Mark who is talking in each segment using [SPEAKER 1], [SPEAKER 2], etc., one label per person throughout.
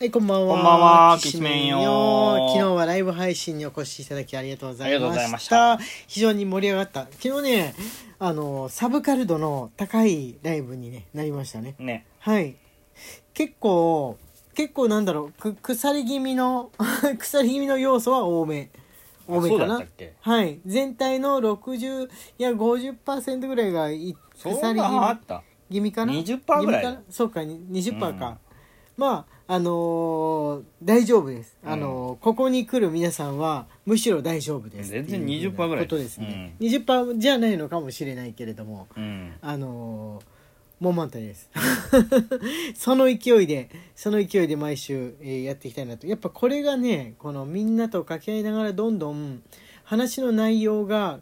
[SPEAKER 1] はい、こんばんは。
[SPEAKER 2] こんばんは
[SPEAKER 1] き
[SPEAKER 2] き
[SPEAKER 1] し
[SPEAKER 2] し
[SPEAKER 1] め
[SPEAKER 2] め
[SPEAKER 1] ん
[SPEAKER 2] ん
[SPEAKER 1] よ
[SPEAKER 2] よ。
[SPEAKER 1] 昨日はライブ配信にお越しいただきありがとうござ
[SPEAKER 2] あ
[SPEAKER 1] いました。
[SPEAKER 2] りがとうございました
[SPEAKER 1] 非常に盛り上がった。昨日ね、あの、サブカル度の高いライブに、ね、なりましたね。
[SPEAKER 2] ね。
[SPEAKER 1] はい。結構、結構なんだろう、く腐り気味の、 腐り気味の要素は多め。多めか
[SPEAKER 2] そうだっ
[SPEAKER 1] な
[SPEAKER 2] たっけ。
[SPEAKER 1] はい。全体の60、いや、50%ぐらいがい
[SPEAKER 2] そう
[SPEAKER 1] 腐り気
[SPEAKER 2] あ
[SPEAKER 1] 味
[SPEAKER 2] っ。た。
[SPEAKER 1] ギミかな
[SPEAKER 2] 20%ぐらい
[SPEAKER 1] ギミかなそうかに20%
[SPEAKER 2] う
[SPEAKER 1] か
[SPEAKER 2] ん、
[SPEAKER 1] まああのー大丈夫です、あのーここに来る皆さんはむしろ大丈夫です
[SPEAKER 2] 全然
[SPEAKER 1] っていう
[SPEAKER 2] 20%ぐらい
[SPEAKER 1] ことですね、20%じゃないのかもしれないけれども
[SPEAKER 2] うん。
[SPEAKER 1] あのーもう満タンです その勢いでその勢いで毎週、えーやっていきたいなとやっぱこれがねこのみんなと掛け合いながらどんどん話の内容が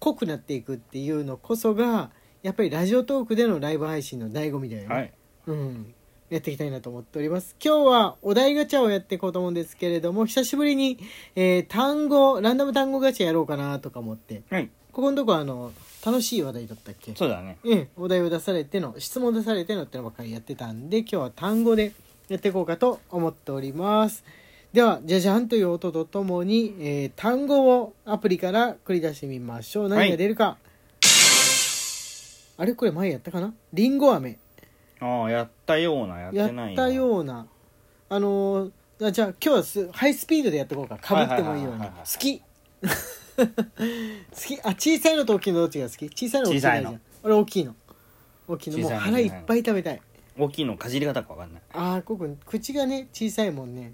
[SPEAKER 1] 濃くなっていくっていうのこそがやっぱりラジオトークでのライブ配信の醍醐味だよね、
[SPEAKER 2] はい。
[SPEAKER 1] うん、やっていきたいなと思っております今日はお題ガチャをやっていこうと思うんですけれども久しぶりに、えー単語ランダム単語ガチャやろうかなとか思って
[SPEAKER 2] はい。
[SPEAKER 1] ここのとこあの楽しい話題だったっけ
[SPEAKER 2] そうだね。
[SPEAKER 1] ええ、お題を出されての質問出されてのってのばっかりやってたんで今日は単語でやっていこうかと思っておりますではじゃじゃんという音とともに、えー単語をアプリから繰り出してみましょう
[SPEAKER 2] はい
[SPEAKER 1] 何が出るか、あれこれ前やったかなりんご飴
[SPEAKER 2] ああ、やったような、やっ
[SPEAKER 1] や
[SPEAKER 2] てない
[SPEAKER 1] った
[SPEAKER 2] う
[SPEAKER 1] ようなあのーあじゃあ今日はすハイスピードでやっていこうかかぶってもいいよう
[SPEAKER 2] はいはいはいはい
[SPEAKER 1] に好
[SPEAKER 2] はい
[SPEAKER 1] き 好きあ小さいのと大きいのどっちが好き小さいの大きいのがいいじゃ
[SPEAKER 2] 小さい
[SPEAKER 1] ん俺大きいの大きいのもう
[SPEAKER 2] 小さいの
[SPEAKER 1] 腹いっぱい食べたい
[SPEAKER 2] な。大きいのかじり方かわかんない。
[SPEAKER 1] あーこくん口がね小さいもんねはい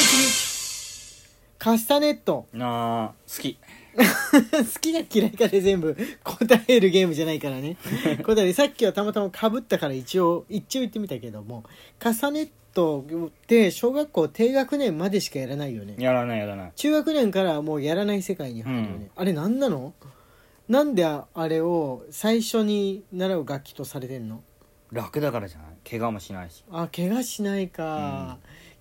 [SPEAKER 1] 次カスタネット
[SPEAKER 2] ああ、好き。
[SPEAKER 1] 好きが嫌いかで全部答えるゲームじゃないからね答えるさっきはたまたまかぶったから一応一応言ってみたけどもカスタネットって小学校低学年までしかやらないよね
[SPEAKER 2] やらない、やらない。
[SPEAKER 1] 中学年からはもうやらない世界に入るよね、あれ何なのなんであれを最初に習う楽器とされてんの
[SPEAKER 2] 楽だからじゃない。怪我もしないし。
[SPEAKER 1] あ怪我しないか、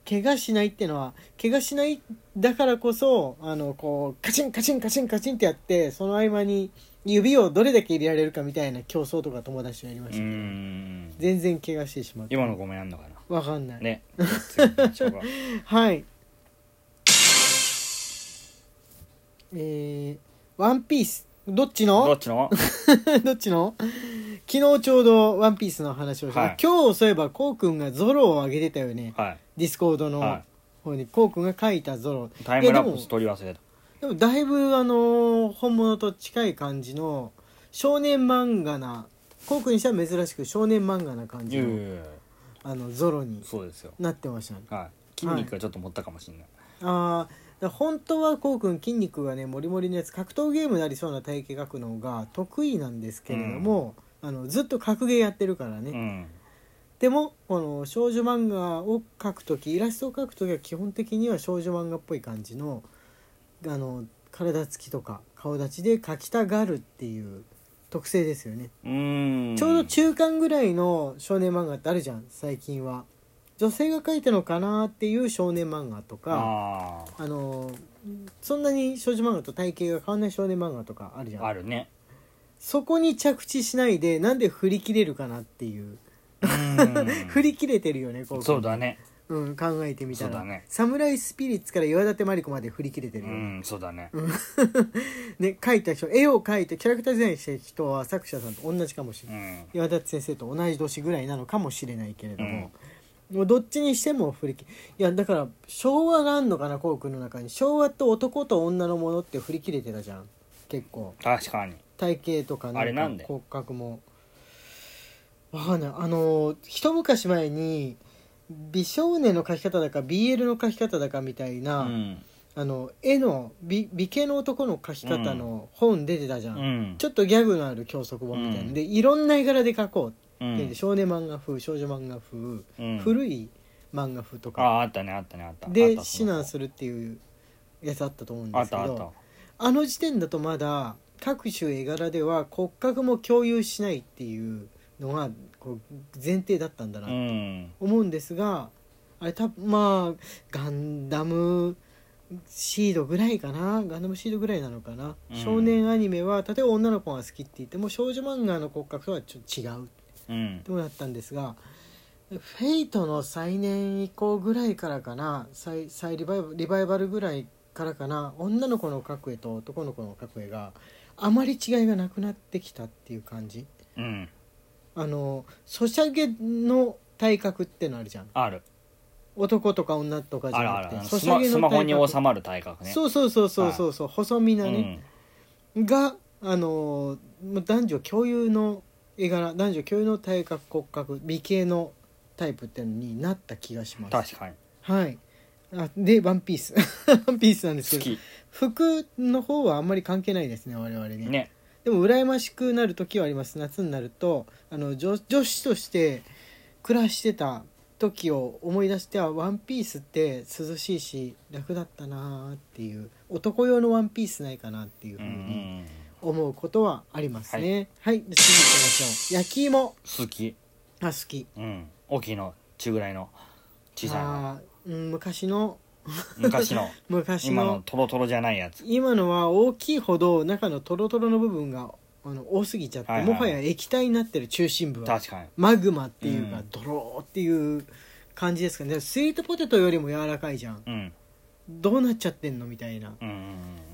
[SPEAKER 1] 怪我しないってのは怪我しないだからこそあのこうカチンカチンカチンカチンってやってその合間に指をどれだけ入れられるかみたいな競争とか友達とやりま
[SPEAKER 2] う
[SPEAKER 1] した、
[SPEAKER 2] ーん。
[SPEAKER 1] 全然怪我してしまって
[SPEAKER 2] 今のごめんあんのかな。
[SPEAKER 1] わかんない、
[SPEAKER 2] ね。次行きましょう か
[SPEAKER 1] はいえー、ワンピースどっち
[SPEAKER 2] ど
[SPEAKER 1] の
[SPEAKER 2] っちの。
[SPEAKER 1] どっちの昨日ちょうど「ワンピースの話をして、
[SPEAKER 2] はい
[SPEAKER 1] 今日そういえばこうくんがゾロをあげてたよね
[SPEAKER 2] は
[SPEAKER 1] ディスコード
[SPEAKER 2] い。
[SPEAKER 1] の
[SPEAKER 2] は
[SPEAKER 1] 方にこうくんが書いたゾロ
[SPEAKER 2] い。タイムラ
[SPEAKER 1] い
[SPEAKER 2] プ
[SPEAKER 1] やで
[SPEAKER 2] ス
[SPEAKER 1] も
[SPEAKER 2] 取り忘れた。
[SPEAKER 1] でもだいぶあのー本物と近い感じの少年漫画なこうくんにしては珍しく少年漫画な感
[SPEAKER 2] い
[SPEAKER 1] じ
[SPEAKER 2] やい
[SPEAKER 1] の
[SPEAKER 2] やいや
[SPEAKER 1] あのゾロに
[SPEAKER 2] そうですよ。
[SPEAKER 1] なってましたね
[SPEAKER 2] はい。筋肉がちょっと持ったかもしれない。
[SPEAKER 1] あーだから本当はこうくん筋肉がねモリモリのやつ格闘ゲームになりそうな体型描くのが得意なんですけれども、あのずっと格ゲーやってるからね、
[SPEAKER 2] うん。
[SPEAKER 1] でもこの少女漫画を描く時イラストを描く時は基本的には少女漫画っぽい感じのあの体つきとか顔立ちで描きたがるっていう特性ですよね、
[SPEAKER 2] うーん。
[SPEAKER 1] ちょうど中間ぐらいの少年漫画ってあるじゃん最近は女性が描いたのかなっていう少年漫画とか
[SPEAKER 2] あ
[SPEAKER 1] あのそんなに少女漫画と体型が変わんない少年漫画とかあるじゃん
[SPEAKER 2] あ。ある ね。
[SPEAKER 1] そこに着地しないでなんで振り切れるかなっていう
[SPEAKER 2] うーん
[SPEAKER 1] 振り切れてるよねこ
[SPEAKER 2] そうだね。
[SPEAKER 1] うん、考えてみた
[SPEAKER 2] そう
[SPEAKER 1] ら、
[SPEAKER 2] だね
[SPEAKER 1] サムライスピリッツから岩立真理子まで振り切れて
[SPEAKER 2] う
[SPEAKER 1] るよ、
[SPEAKER 2] ん、そうだね。
[SPEAKER 1] ね描いた人絵を描いてキャラクターデザインした人は作者さんと同じかもしれ
[SPEAKER 2] う
[SPEAKER 1] ない、
[SPEAKER 2] ん。
[SPEAKER 1] 岩立先生と同じ年ぐらいなのかもしれないけれども、もうどっちにしても振り切いやだから昭和があんのかなこうくんの中に昭和と男と女のものって振り切れてたじゃん結構
[SPEAKER 2] 確かに。
[SPEAKER 1] 体型とか
[SPEAKER 2] あれなん
[SPEAKER 1] ん
[SPEAKER 2] で
[SPEAKER 1] か骨格もわかんないあの一昔前に美少年の描き方だか BL の描き方だかみたいな、
[SPEAKER 2] うん。
[SPEAKER 1] あの絵の美美形の男の描き方の本出てたじゃん、
[SPEAKER 2] うん。
[SPEAKER 1] ちょっとギャグのある教則本みたいな、
[SPEAKER 2] うん
[SPEAKER 1] でいろんな絵柄で描こ
[SPEAKER 2] う
[SPEAKER 1] うって、
[SPEAKER 2] ん
[SPEAKER 1] 少年漫画風少女漫画風、
[SPEAKER 2] うん
[SPEAKER 1] 古い漫画風と
[SPEAKER 2] あ
[SPEAKER 1] か
[SPEAKER 2] ああったねあったねあったあっ
[SPEAKER 1] で
[SPEAKER 2] た
[SPEAKER 1] 指南するっていうやつあったと思うん
[SPEAKER 2] あ
[SPEAKER 1] で
[SPEAKER 2] っ
[SPEAKER 1] すけ
[SPEAKER 2] た
[SPEAKER 1] ど
[SPEAKER 2] あった
[SPEAKER 1] あの時点だとまだ各種絵柄では骨格も共有しないっていうのがこう前提だったんだな
[SPEAKER 2] う
[SPEAKER 1] と
[SPEAKER 2] ん
[SPEAKER 1] 思うんですが、あれたまあガンダムシードぐらいかなガンダムシードぐらいなのかな、
[SPEAKER 2] うん
[SPEAKER 1] 少年アニメは例えば女の子が好きって言っても少女漫画の骨格とはちょっと違う
[SPEAKER 2] うん
[SPEAKER 1] となったんですがフェイトの再燃以降ぐらいからかな再再リバイバリバイバルぐらいからかな女の子の格絵と男の子の格絵があまり違いがなくなってきたっていう感じ
[SPEAKER 2] うん
[SPEAKER 1] あのソシャゲの体格ってのあるじゃん
[SPEAKER 2] ある
[SPEAKER 1] 男とか女とかじ
[SPEAKER 2] あ
[SPEAKER 1] ゃ
[SPEAKER 2] る
[SPEAKER 1] な
[SPEAKER 2] あ
[SPEAKER 1] くて
[SPEAKER 2] る
[SPEAKER 1] ソ
[SPEAKER 2] ス
[SPEAKER 1] シャ
[SPEAKER 2] マ
[SPEAKER 1] ゲの
[SPEAKER 2] スマホに
[SPEAKER 1] 体格
[SPEAKER 2] 収まる体格ね
[SPEAKER 1] そうそうそうそうそうそう細身な
[SPEAKER 2] う
[SPEAKER 1] ね、
[SPEAKER 2] ん
[SPEAKER 1] があのもう男女共有の絵柄男女共有の体格骨格美形のタイプっていうのになった気がします
[SPEAKER 2] 確かに
[SPEAKER 1] はいあで「ワンピース ワンピースなんです
[SPEAKER 2] 好
[SPEAKER 1] けど
[SPEAKER 2] き
[SPEAKER 1] 服の方はあんまり関係ないですね我々ね
[SPEAKER 2] ね
[SPEAKER 1] でも羨ましくなる時はあります夏になるとあの女女子として暮らしてた時を思い出してはワンピースって涼しいし楽だったなーっていう男用のワンピースないかなっていう
[SPEAKER 2] う
[SPEAKER 1] ふ
[SPEAKER 2] ん
[SPEAKER 1] う
[SPEAKER 2] う
[SPEAKER 1] に
[SPEAKER 2] ん
[SPEAKER 1] 思うことはありますねはい、じゃあ次行きましょう焼き芋
[SPEAKER 2] 好き
[SPEAKER 1] が好き
[SPEAKER 2] うん大きいの中ぐらいの小さいの
[SPEAKER 1] あーうん昔の
[SPEAKER 2] 昔 の
[SPEAKER 1] 昔
[SPEAKER 2] 今の
[SPEAKER 1] の
[SPEAKER 2] トロトロじゃないやつ
[SPEAKER 1] 今のは大きいほど中のトロトロの部分があの多すぎちゃって、
[SPEAKER 2] はいはい
[SPEAKER 1] もはや液体になってる中心部は
[SPEAKER 2] 確かに
[SPEAKER 1] マグマっていうか、
[SPEAKER 2] うん
[SPEAKER 1] ドローっていう感じですかねスイートポテトよりも柔らかいじゃん
[SPEAKER 2] うん
[SPEAKER 1] どうなっちゃってんのみたいな
[SPEAKER 2] うんうん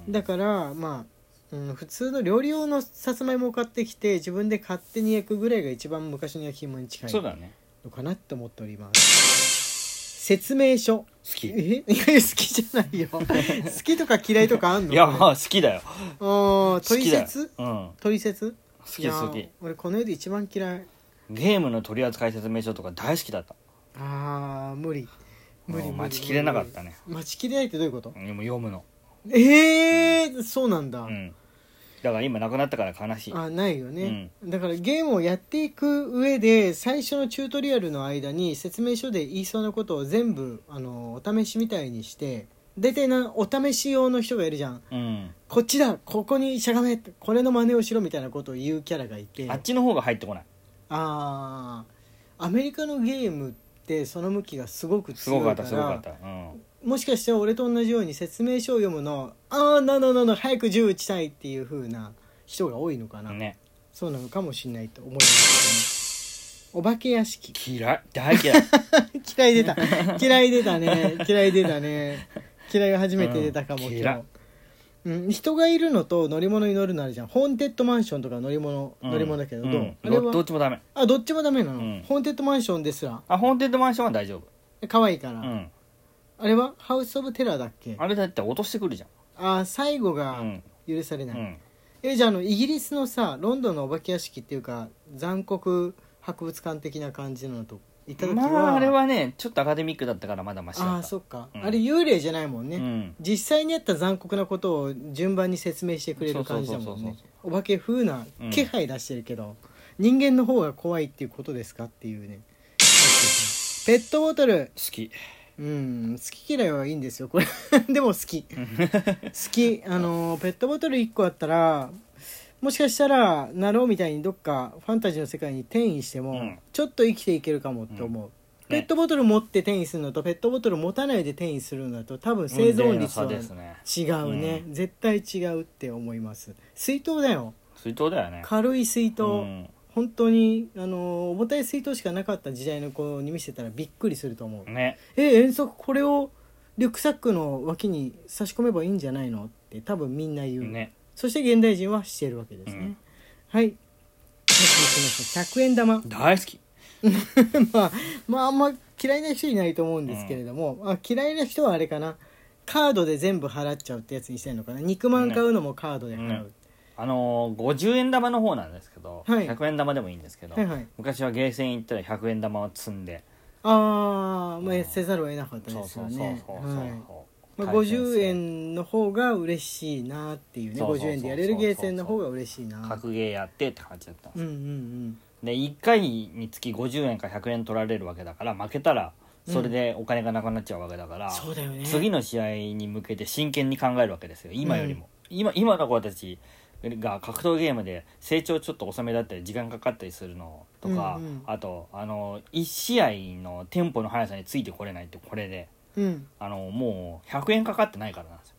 [SPEAKER 2] うん
[SPEAKER 1] だからまあ、うん、普通の料理用のさつまいもを買ってきて自分で勝手に焼くぐらいが一番昔の焼き芋に近い
[SPEAKER 2] そうだね
[SPEAKER 1] のかなって思っております説明書
[SPEAKER 2] 好きい
[SPEAKER 1] えいや好きじゃない よ好きとか嫌いとかあんの
[SPEAKER 2] や
[SPEAKER 1] こ
[SPEAKER 2] 好
[SPEAKER 1] れ
[SPEAKER 2] きだよ
[SPEAKER 1] おー
[SPEAKER 2] 好
[SPEAKER 1] 取
[SPEAKER 2] きだよ
[SPEAKER 1] 説
[SPEAKER 2] うん好
[SPEAKER 1] 取説い
[SPEAKER 2] き
[SPEAKER 1] や
[SPEAKER 2] 好き
[SPEAKER 1] 俺この世で一番嫌い
[SPEAKER 2] ゲームの取扱説明書とか大好きだった
[SPEAKER 1] あー無理無
[SPEAKER 2] も
[SPEAKER 1] 理無理
[SPEAKER 2] う待ちきれなかったね
[SPEAKER 1] 待ちきれないってどういうこと
[SPEAKER 2] でも読むの
[SPEAKER 1] ええー、そうなんだ、
[SPEAKER 2] うんだから今なくなったから悲しい
[SPEAKER 1] あないよね、だからゲームをやっていく上で最初のチュートリアルの間に説明書で言いそうなことを全部あのお試しみたいにして大体なお試し用の人がいるじゃん
[SPEAKER 2] うん
[SPEAKER 1] こっちだここにしゃがめこれの真似をしろみたいなことを言うキャラがいて
[SPEAKER 2] あっちの方が入ってこない
[SPEAKER 1] あーアメリカのゲームってその向きがすごく
[SPEAKER 2] すごか
[SPEAKER 1] 強い
[SPEAKER 2] っ
[SPEAKER 1] か
[SPEAKER 2] た
[SPEAKER 1] ら
[SPEAKER 2] すごかったうん
[SPEAKER 1] もしかして俺と同じように説明書を読むの「ああなななな早く銃撃ちたい」っていう風な人が多いのかな、
[SPEAKER 2] ね
[SPEAKER 1] そうなのかもしれないと思いますけどねお化け屋敷
[SPEAKER 2] 嫌い大嫌い
[SPEAKER 1] 嫌い 出た嫌い出たね嫌い出たね嫌いが初めて出た かも、
[SPEAKER 2] うん
[SPEAKER 1] 今日うん、人がいるのと乗り物に乗るのあるじゃんホーンテッドマンションとか乗り物、乗り物だけどどう、
[SPEAKER 2] ん
[SPEAKER 1] あれ
[SPEAKER 2] ど
[SPEAKER 1] は
[SPEAKER 2] どっちもダメ
[SPEAKER 1] あどっちもダメなの、
[SPEAKER 2] うん
[SPEAKER 1] ホーンテッドマンションですら
[SPEAKER 2] あホーンテッドマンションは大丈夫
[SPEAKER 1] 可愛いから、
[SPEAKER 2] うん
[SPEAKER 1] あれはハウス・オブ・テラーだっけあ
[SPEAKER 2] あれだって落としてくるじ
[SPEAKER 1] あ最後
[SPEAKER 2] ゃ
[SPEAKER 1] が
[SPEAKER 2] んうん
[SPEAKER 1] 許され
[SPEAKER 2] う
[SPEAKER 1] ない、
[SPEAKER 2] ん
[SPEAKER 1] えじゃああのイギリスのさロンドンのお化け屋敷っていうか残酷博物館的な感じのと行った時は、
[SPEAKER 2] まああれはねちょっとアカデミックだったからまだマシだった
[SPEAKER 1] あーそっか、
[SPEAKER 2] うん
[SPEAKER 1] あれ幽霊じゃないもんね、
[SPEAKER 2] うん
[SPEAKER 1] 実際にあった残酷なことを順番に説明してくれる感じだもん
[SPEAKER 2] そうそうそう
[SPEAKER 1] ね
[SPEAKER 2] そう
[SPEAKER 1] お化け風な
[SPEAKER 2] うん
[SPEAKER 1] 気配出してるけど、人間の方が怖いっていうことですかっていうね ペットボトル
[SPEAKER 2] 好き
[SPEAKER 1] うん好き嫌いはいいんですよこれ でも好き好きあのペットボトル1個あったらもしかしたらなろうみたいにどっかファンタジーの世界に転移しても、
[SPEAKER 2] うん
[SPEAKER 1] ちょっと生きていけるかもって思う、ペットボトル持って転移するのとペットボトル持たないで転移するのだと多分生存率は
[SPEAKER 2] 運命の差ですね
[SPEAKER 1] 違うね、
[SPEAKER 2] う
[SPEAKER 1] 絶対違うって思います水筒だよ
[SPEAKER 2] 水筒だよね
[SPEAKER 1] 軽い水筒、
[SPEAKER 2] うん
[SPEAKER 1] 本当にあの重たい水筒しかなかった時代の子に見せたらびっくりすると思う、
[SPEAKER 2] ね
[SPEAKER 1] え遠足これをリュックサックの脇に差し込めばいいんじゃないのって多分みんな言う、
[SPEAKER 2] ね
[SPEAKER 1] そして現代人はしてるわけですね、
[SPEAKER 2] うん
[SPEAKER 1] はい100円玉
[SPEAKER 2] 大好き
[SPEAKER 1] まあまああんま嫌いな人いないと思うんですけれども、あ嫌いな人はあれかなカードで全部払っちゃうってやつにしたいのかな肉まん買うのもカードで払う、
[SPEAKER 2] ねあのー、50円玉の方なんですけど、
[SPEAKER 1] はい
[SPEAKER 2] 100円玉でもいいんですけど、
[SPEAKER 1] はいはい
[SPEAKER 2] 昔はゲーセン行ったら100円玉を積んで、
[SPEAKER 1] ああま
[SPEAKER 2] う
[SPEAKER 1] あ
[SPEAKER 2] ん
[SPEAKER 1] せざるを得なかった
[SPEAKER 2] そう
[SPEAKER 1] です
[SPEAKER 2] そ
[SPEAKER 1] よ
[SPEAKER 2] うそうそう
[SPEAKER 1] ね
[SPEAKER 2] そう、
[SPEAKER 1] はい
[SPEAKER 2] 対
[SPEAKER 1] まあ、
[SPEAKER 2] 戦する
[SPEAKER 1] 50円の方が嬉しいなっていうね
[SPEAKER 2] そうそうそうそう
[SPEAKER 1] 50円でやれるゲーセンの方が嬉しいな
[SPEAKER 2] 格ゲーやってって感じだったんで
[SPEAKER 1] うん
[SPEAKER 2] す、
[SPEAKER 1] うんうん
[SPEAKER 2] で1回につき50円か100円取られるわけだから負けたらそれでお金がなくなっちゃうわけだから、
[SPEAKER 1] そうだよね
[SPEAKER 2] 次の試合に向けて真剣に考えるわけですよ今よりも、今今の子たちが格闘ゲームで成長ちょっと遅めだったり時間かかったりするのとか、
[SPEAKER 1] うんうん
[SPEAKER 2] あとあの1試合のテンポの速さについてこれないってこれで
[SPEAKER 1] うん
[SPEAKER 2] あのもう100円かかってないからなんです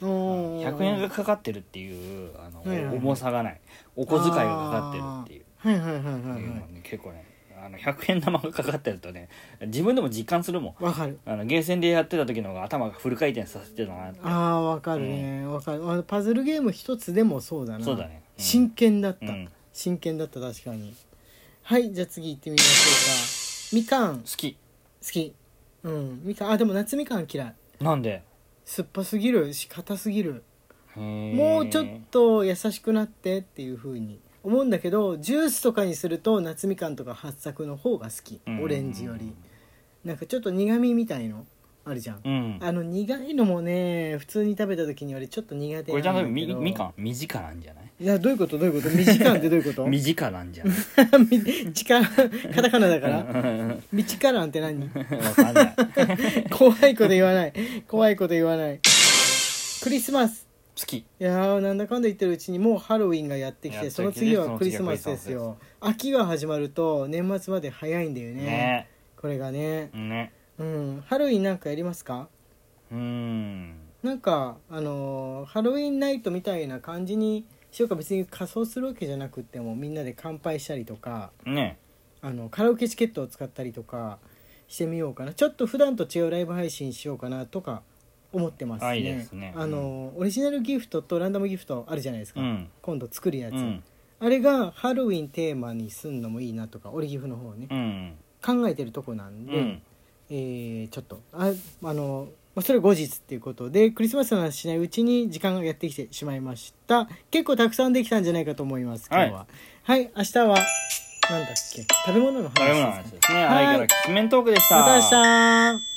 [SPEAKER 2] よ
[SPEAKER 1] おー
[SPEAKER 2] 100円がかかってるっていうあの、
[SPEAKER 1] はいはいはい
[SPEAKER 2] 重さがないお小遣いがかかってるっていう
[SPEAKER 1] はいはいはいはいは
[SPEAKER 2] いうの
[SPEAKER 1] い
[SPEAKER 2] に結構ねあの100円玉がかかってるとね自分でも実感するもん
[SPEAKER 1] わかる
[SPEAKER 2] あのゲーセンでやってた時の方が頭がフル回転させてたなって
[SPEAKER 1] あーわかるねわ、かるあパズルゲーム一つでもそうだな
[SPEAKER 2] そうだねうん
[SPEAKER 1] 真剣だった、
[SPEAKER 2] うん
[SPEAKER 1] 真剣だった確かにはいじゃあ次行ってみましょうかみかん
[SPEAKER 2] 好き
[SPEAKER 1] 好きうんみかんあでも夏みかん嫌い
[SPEAKER 2] なんで
[SPEAKER 1] 酸っぱすぎるし硬すぎるも
[SPEAKER 2] も
[SPEAKER 1] うちょっと優しくなってっていう風に思うんだけどジュースとかにすると夏みかんとか八作の方が好きオレンジよりなんかちょっと苦味みたいのあるじゃん
[SPEAKER 2] うん
[SPEAKER 1] あの苦いのもね普通に食べた時に俺ちょっと苦手
[SPEAKER 2] これちゃんとみ
[SPEAKER 1] だけど
[SPEAKER 2] みかん身近なんじゃない
[SPEAKER 1] いやどういうことどういうこと身近ってどういうこと
[SPEAKER 2] 身近なんじゃない
[SPEAKER 1] み近カタカナだから
[SPEAKER 2] うん
[SPEAKER 1] 道からなんて何
[SPEAKER 2] わかんない好
[SPEAKER 1] 怖いこと言わない怖いこと言わないクリスマス
[SPEAKER 2] き
[SPEAKER 1] いやーなんだかんだ言ってるうちにもうハロウィンがやってき
[SPEAKER 2] やっててきて
[SPEAKER 1] その次
[SPEAKER 2] そ
[SPEAKER 1] は
[SPEAKER 2] の
[SPEAKER 1] クリ
[SPEAKER 2] 次は
[SPEAKER 1] スマスです
[SPEAKER 2] クリス
[SPEAKER 1] よ秋が始まると年末まで早いんだよね
[SPEAKER 2] ね
[SPEAKER 1] これがね
[SPEAKER 2] ね
[SPEAKER 1] うんハロウィンなんかやりますか
[SPEAKER 2] うん
[SPEAKER 1] なんかあのーハロウィンナイトみたいな感じにしようか別に仮装するわけじゃなくってもみんなで乾杯したりとか
[SPEAKER 2] ね
[SPEAKER 1] あのカラオケチケットを使ったりとかしてみようかなちょっと普段と違うライブ配信しようかなとか思ってますね
[SPEAKER 2] あいいですね
[SPEAKER 1] あのーオリジナルギフトとランダムギフトあるじゃないですか、
[SPEAKER 2] うん
[SPEAKER 1] 今度作るやつ、
[SPEAKER 2] うん
[SPEAKER 1] あれがハロウィンテーマにすんのもいいなとかオリギフの方ね、
[SPEAKER 2] うん
[SPEAKER 1] 考えてるとこなんで、
[SPEAKER 2] うん
[SPEAKER 1] えーちょっとああの、まあ、それ後日っていうことでクリスマスの話しないうちに時間がやってきてしまいました結構たくさんできたんじゃないかと思います今日ははい、明日はなんだっけ食べ物の
[SPEAKER 2] 食べ
[SPEAKER 1] 話
[SPEAKER 2] 物の
[SPEAKER 1] です
[SPEAKER 2] 話
[SPEAKER 1] ね
[SPEAKER 2] ですね
[SPEAKER 1] はい
[SPEAKER 2] はいからキメントークでした
[SPEAKER 1] また明日